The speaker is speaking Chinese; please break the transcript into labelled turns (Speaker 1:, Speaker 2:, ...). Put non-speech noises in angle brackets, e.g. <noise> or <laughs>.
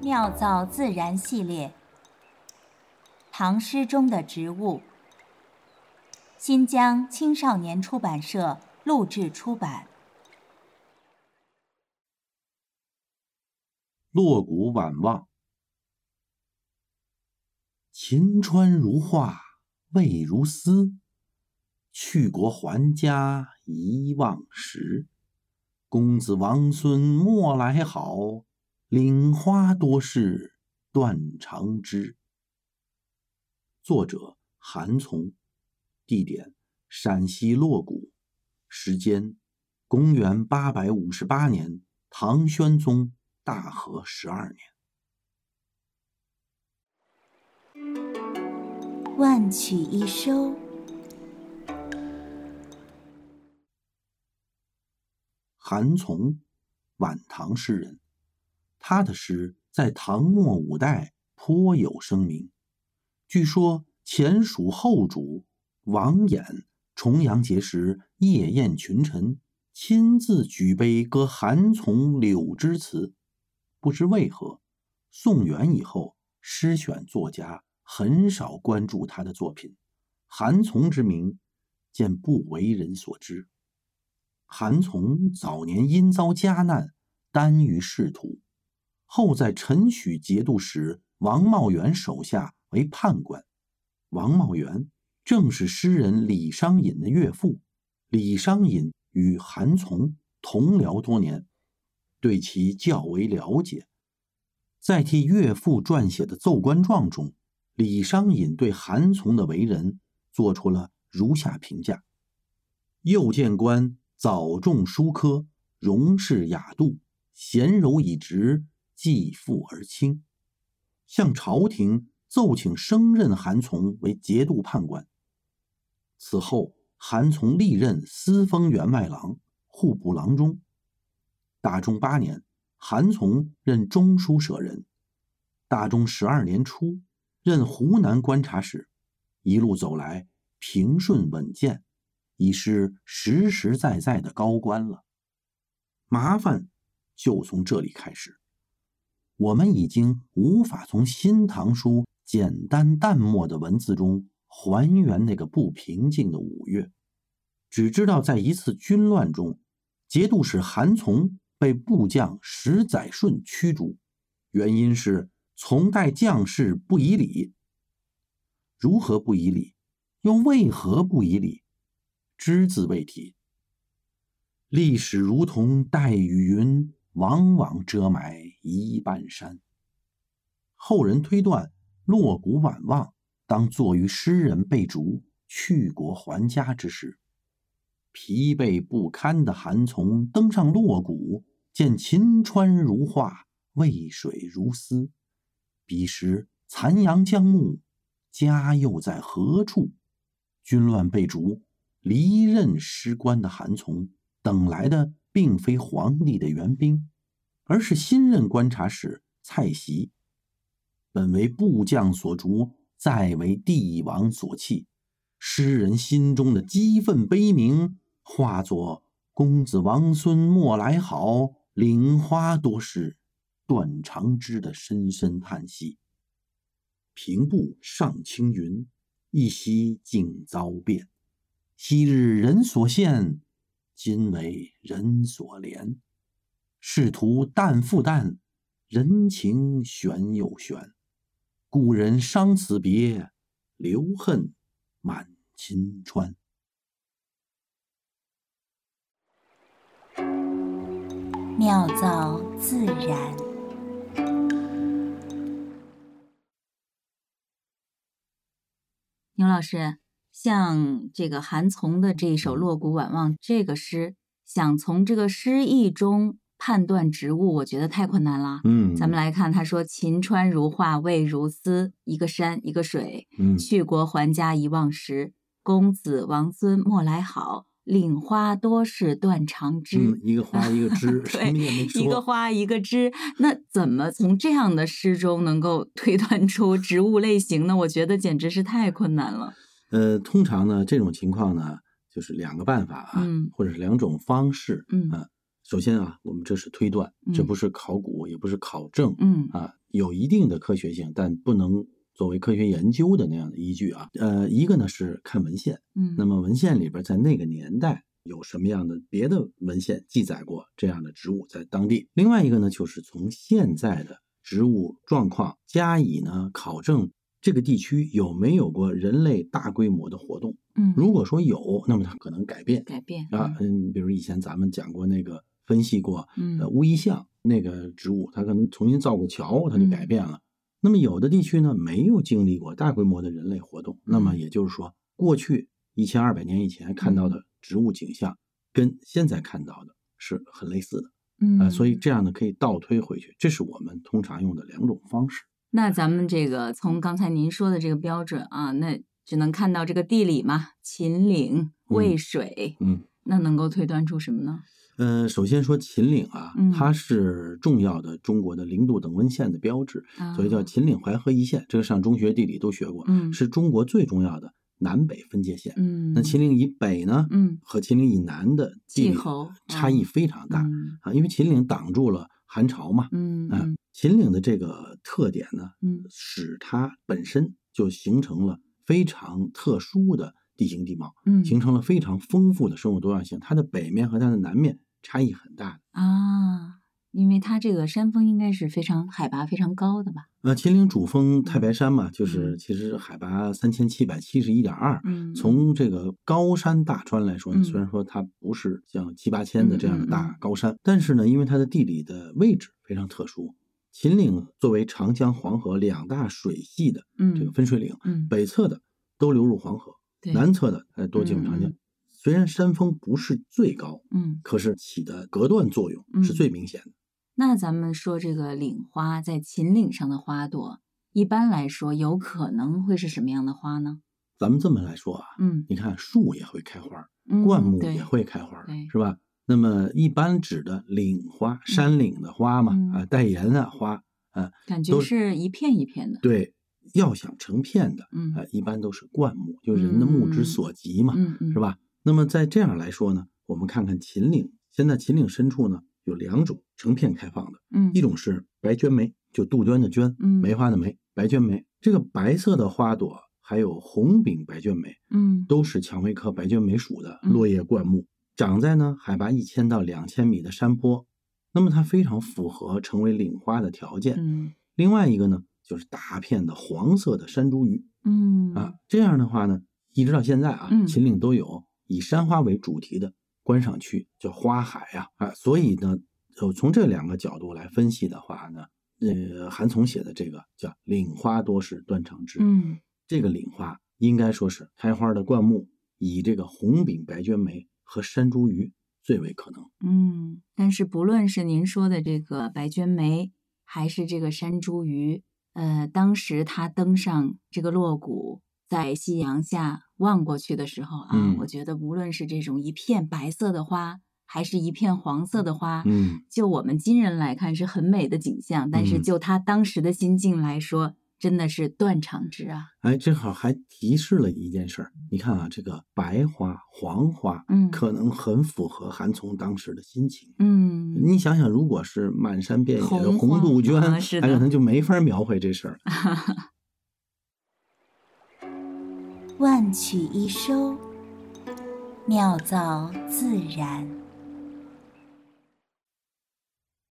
Speaker 1: 妙造自然》系列，《唐诗中的植物》，新疆青少年出版社录制出版。
Speaker 2: 落谷晚望，秦川如画，魏如丝。去国还家一忘时，公子王孙莫来好，岭花多是断肠枝。作者韩从，地点陕西洛谷，时间公元八百五十八年，唐宣宗大和十二年。
Speaker 1: 万曲一收。
Speaker 2: 韩从，晚唐诗人，他的诗在唐末五代颇有声名。据说前蜀后主王衍重阳节时夜宴群臣，亲自举杯歌韩从《柳枝词》。不知为何，宋元以后，诗选作家很少关注他的作品，韩从之名渐不为人所知。韩从早年因遭家难，耽于仕途，后在陈许节度使王茂元手下为判官。王茂元正是诗人李商隐的岳父。李商隐与韩从同僚多年，对其较为了解。在替岳父撰写的奏官状中，李商隐对韩从的为人做出了如下评价：右谏官。早中书科，容饰雅度，贤柔以直，继父而亲。向朝廷奏请升任韩从为节度判官。此后，韩从历任司封员外郎、户部郎中。大中八年，韩从任中书舍人。大中十二年初，任湖南观察使。一路走来，平顺稳健。已是实实在在的高官了，麻烦就从这里开始。我们已经无法从《新唐书》简单淡漠的文字中还原那个不平静的五月，只知道在一次军乱中，节度使韩从被部将石载顺驱逐，原因是从待将士不以礼。如何不以礼？又为何不以礼？只字未提。历史如同带雨云，往往遮埋一半山。后人推断，落谷晚望当作于诗人被逐去国还家之时。疲惫不堪的韩从登上洛谷，见秦川如画，渭水如丝。彼时残阳将暮，家又在何处？军乱被逐。离任失官的韩从等来的并非皇帝的援兵，而是新任观察使蔡袭。本为部将所逐，再为帝王所弃，诗人心中的激愤悲鸣化作“公子王孙莫来好，岭花多是断肠枝”的深深叹息。平步上青云，一夕竟遭变。昔日人所羡，今为人所怜。仕途淡复淡，人情玄又玄。故人伤此别，留恨满秦川。
Speaker 1: 妙造自然。
Speaker 3: 牛老师。像这个韩从的这首《落谷晚望》这个诗，想从这个诗意中判断植物，我觉得太困难了。
Speaker 2: 嗯，
Speaker 3: 咱们来看，他说“秦川如画，魏如丝，一个山，一个水。
Speaker 2: 嗯
Speaker 3: 去国还家一忘时，公子王孙莫来好。岭花多是断肠枝。
Speaker 2: 嗯，一
Speaker 3: <laughs>
Speaker 2: 个花一个枝，什
Speaker 3: 对
Speaker 2: 么也没说。
Speaker 3: 一个花一个枝，那怎么从这样的诗中能够推断出植物类型呢？我觉得简直是太困难了。
Speaker 2: 呃，通常呢，这种情况呢，就是两个办法啊，
Speaker 3: 嗯
Speaker 2: 或者是两种方式。
Speaker 3: 嗯
Speaker 2: 啊首先啊，我们这是推断，这
Speaker 3: 嗯
Speaker 2: 不是考古，也不是考证
Speaker 3: 嗯
Speaker 2: 啊，有一定的科学性，但不能作为科学研究的那样的依据啊。呃，一个呢是看文献，
Speaker 3: 嗯，
Speaker 2: 那么文献里边在那个年代有什么样的别的文献记载过这样的植物在当地？另外一个呢，就是从现在的植物状况加以呢考证这个地区有没有过人类大规模的活动。
Speaker 3: 嗯
Speaker 2: 如果说有，那么它可能改变
Speaker 3: 改变
Speaker 2: 啊，嗯，比如以前咱们讲过那个分析过
Speaker 3: 嗯
Speaker 2: 呃乌衣巷那个植物，它可能重新造过桥，它就改
Speaker 3: 嗯
Speaker 2: 变了。那么有的地区呢没有经历过大规模的人类活动，那么
Speaker 3: 嗯
Speaker 2: 也就是说，过去一千二百年以前看到的植物景象，跟现在看到的是很类似的
Speaker 3: 嗯
Speaker 2: 呃，所以这样呢可以倒推回去，这是我们通常用的两种方式。
Speaker 3: 那咱们这个从刚才您说的这个标准啊，那只能看到这个地理嘛，秦岭、渭水，
Speaker 2: 嗯，
Speaker 3: 那能够推断出什么呢？
Speaker 2: 呃，首先说秦岭啊，
Speaker 3: 嗯
Speaker 2: 它是重要的中国的零度等温线的标志，
Speaker 3: 啊
Speaker 2: 所以叫秦岭淮河一线，这个上中学地理都学过，
Speaker 3: 嗯
Speaker 2: 是中国最重要的南北分界线。
Speaker 3: 嗯，
Speaker 2: 那秦岭以北呢，
Speaker 3: 嗯
Speaker 2: 和秦岭以南的地
Speaker 3: 季
Speaker 2: 理
Speaker 3: 候
Speaker 2: 差
Speaker 3: 嗯
Speaker 2: 异非常大、
Speaker 3: 嗯
Speaker 2: 啊，因为秦岭挡住了寒潮嘛，
Speaker 3: 嗯
Speaker 2: 啊
Speaker 3: 嗯
Speaker 2: 秦岭的这个特点呢，
Speaker 3: 嗯
Speaker 2: 使它本身就形成了非常特殊的地形地貌，
Speaker 3: 嗯
Speaker 2: 形成了非常丰富的生物多样性。它的北面和它的南面差异很大的。
Speaker 3: 啊，因为它这个山峰应该是非常海拔非常高的吧？
Speaker 2: 呃，秦岭主峰太白山嘛，就是
Speaker 3: 嗯
Speaker 2: 其实海拔三千七百七十一点二。
Speaker 3: 嗯，
Speaker 2: 从这个高山大川来说呢，
Speaker 3: 嗯
Speaker 2: 虽然说它不是像七八千的这样的
Speaker 3: 嗯嗯
Speaker 2: 大
Speaker 3: 嗯
Speaker 2: 高山，但是呢，因为它的地理的位置非常特殊，秦岭作为长江、黄河两大水系的
Speaker 3: 嗯
Speaker 2: 这个分水岭，
Speaker 3: 嗯
Speaker 2: 北侧的都流入黄河，
Speaker 3: 对
Speaker 2: 南侧的呃多进入长江。
Speaker 3: 嗯嗯
Speaker 2: 虽然山峰不是最高，
Speaker 3: 嗯，
Speaker 2: 可是起的隔断作用是
Speaker 3: 嗯
Speaker 2: 最明显的。
Speaker 3: 那咱们说这个岭花在秦岭上的花朵，一般来说有可能会是什么样的花呢？
Speaker 2: 咱们这么来说啊，
Speaker 3: 嗯，
Speaker 2: 你看树也会开花儿，
Speaker 3: 嗯
Speaker 2: 灌木
Speaker 3: 对
Speaker 2: 也会开花儿，
Speaker 3: 对
Speaker 2: 是吧？那么一般指的岭花，山岭的花嘛，
Speaker 3: 嗯
Speaker 2: 啊，带盐的花，
Speaker 3: 感觉是一片一片的。
Speaker 2: 对，要想成片的，
Speaker 3: 嗯
Speaker 2: 啊，一般都是灌木，就人的目之所及嘛，
Speaker 3: 嗯嗯，
Speaker 2: 是？吧？那么在这样来说呢，我们看看秦岭，现在秦岭深处呢有两种成片开放的，
Speaker 3: 嗯，
Speaker 2: 一种是白鹃梅，就杜鹃的鹃，
Speaker 3: 嗯
Speaker 2: 梅花的梅，白鹃梅，这个白色的花朵，还有红柄白鹃梅。
Speaker 3: 嗯
Speaker 2: 都是蔷薇科白鹃梅属的
Speaker 3: 嗯
Speaker 2: 落叶灌木，长在呢海拔一千到两千米的山坡。那么它非常符合成为岭花的条件。
Speaker 3: 嗯
Speaker 2: 另外一个呢，就是大片的黄色的山茱萸
Speaker 3: 嗯
Speaker 2: 啊，这样的话呢，一直到现在啊，
Speaker 3: 嗯
Speaker 2: 秦岭都有以山花为主题的观赏区，叫花海呀啊所以呢，呃，从这两个角度来分析的话呢，呃，韩丛写的这个叫“岭花多是断肠枝”，
Speaker 3: 嗯
Speaker 2: 这个岭花应该说是开花的灌木，以这个红柄白鹃梅和山茱萸最为可能。
Speaker 3: 嗯，但是不论是您说的这个白鹃梅，还是这个山茱萸，呃，当时他登上这个洛谷，在夕阳下望过去的时候啊，
Speaker 2: 嗯
Speaker 3: 我觉得无论是这种一片白色的花，还是一片黄色的花，
Speaker 2: 嗯，
Speaker 3: 就我们今人来看是很美的景象，但是
Speaker 2: 嗯
Speaker 3: 就他当时的心境来说，真的是断肠之啊。
Speaker 2: 哎，正好还提示了一件事儿。你看啊，这个白花、黄花，
Speaker 3: 嗯
Speaker 2: 可能很符合韩丛当时的心情。
Speaker 3: 嗯，
Speaker 2: 你想想，如果是满山遍野的
Speaker 3: 红花
Speaker 2: 红杜鹃，
Speaker 3: 啊
Speaker 2: <laughs> 哎，
Speaker 3: 是的
Speaker 2: 可能就没法描绘这事儿了。
Speaker 1: 万曲一收，妙造自然。